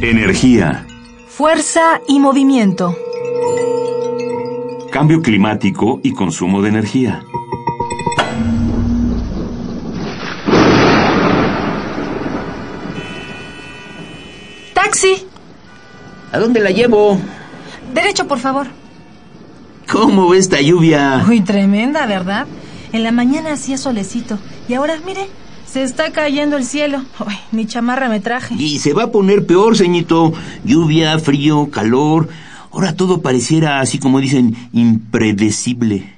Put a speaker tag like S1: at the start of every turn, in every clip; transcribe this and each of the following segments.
S1: Energía.
S2: Fuerza y movimiento.
S1: Cambio climático y consumo de energía.
S2: Taxi.
S3: ¿A dónde la llevo?
S4: Derecho, por favor.
S3: ¿Cómo ve esta
S1: Ah.
S3: lluvia?
S4: Uy, tremenda, ¿verdad? En la mañana hacía solecito. Y ahora, mire, se está cayendo el cielo. Uy, ni chamarra me traje.
S3: Y se va a poner peor, ceñito. Lluvia, frío, calor. Ahora todo pareciera, así como dicen, impredecible.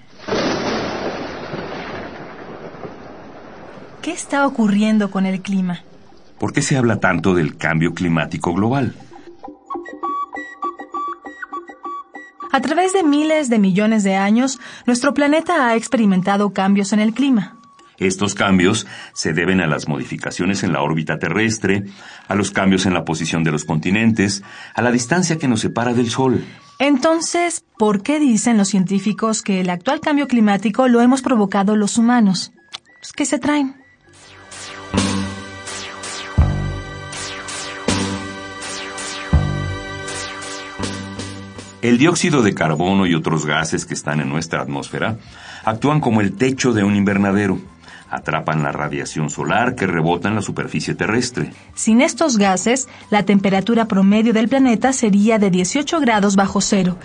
S4: ¿Qué está ocurriendo con el clima?
S1: ¿Por qué se habla tanto del cambio climático global?
S4: A través de miles de millones de años, nuestro planeta ha experimentado cambios en el clima.
S1: Estos cambios se deben a las modificaciones en la órbita terrestre, a los cambios en la posición de los continentes, a la distancia que nos separa del Sol.
S4: Entonces, ¿por qué dicen los científicos que el actual cambio climático lo hemos provocado los humanos? Pues, ¿Qué se traen?
S1: El dióxido de carbono y otros gases que están en nuestra atmósfera actúan como el techo de un invernadero. Atrapan la radiación solar que rebota en la superficie terrestre.
S4: Sin estos gases, la temperatura promedio del planeta sería de 18 grados bajo cero.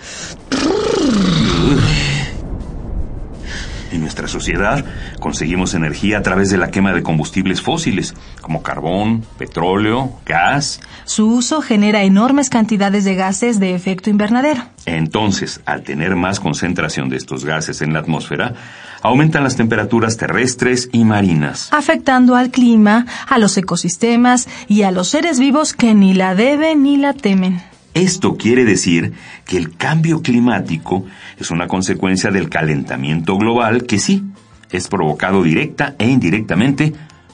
S1: En nuestra sociedad conseguimos energía a través de la quema de combustibles fósiles, como carbón, petróleo, gas.
S4: Su uso genera enormes cantidades de gases de efecto invernadero.
S1: Entonces, al tener más concentración de estos gases en la atmósfera, aumentan las temperaturas terrestres y marinas.
S4: afectando al clima, a los ecosistemas y a los seres vivos que ni la deben ni la temen.
S1: Esto quiere decir que el cambio climático es una consecuencia del calentamiento global que sí, es provocado directa e indirectamente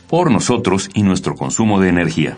S1: por nosotros y nuestro consumo de energía.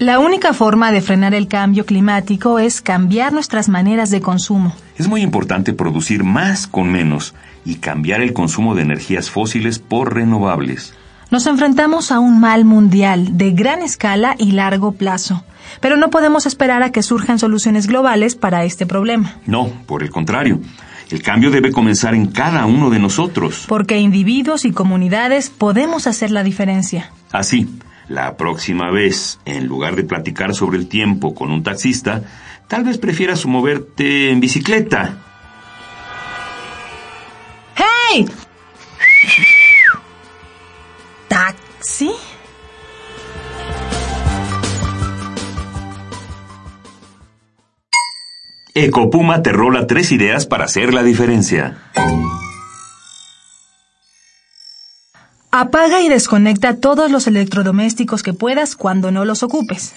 S4: La única forma de frenar el cambio climático es cambiar nuestras maneras de consumo.
S1: Es muy importante producir más con menos y cambiar el consumo de energías fósiles por renovables.
S4: Nos enfrentamos a un mal mundial de gran escala y largo plazo, pero no podemos esperar a que surjan soluciones globales para este problema,
S1: No, por el contrario, el cambio debe comenzar en cada uno de nosotros.
S4: porque individuos y comunidades podemos hacer la diferencia.
S1: Así, la próxima vez, en lugar de platicar sobre el tiempo con un taxista, tal vez prefieras moverte en bicicleta.
S4: ¡Hey! ¿Taxi?
S1: Ecopuma te rola tres ideas para hacer la diferencia.
S4: Apaga y desconecta todos los electrodomésticos que puedas cuando no los ocupes.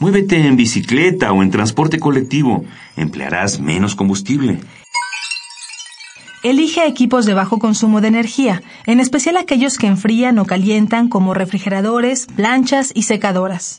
S1: Muévete en bicicleta o en transporte colectivo. Emplearás menos combustible.
S4: Elige equipos de bajo consumo de energía, en especial aquellos que enfrían o calientan como refrigeradores, planchas y secadoras.